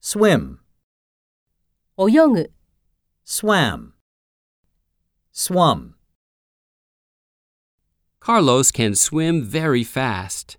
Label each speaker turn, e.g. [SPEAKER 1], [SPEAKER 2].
[SPEAKER 1] swim,
[SPEAKER 2] 泳ぐ、
[SPEAKER 1] swam, swum.
[SPEAKER 3] Carlos can swim very fast.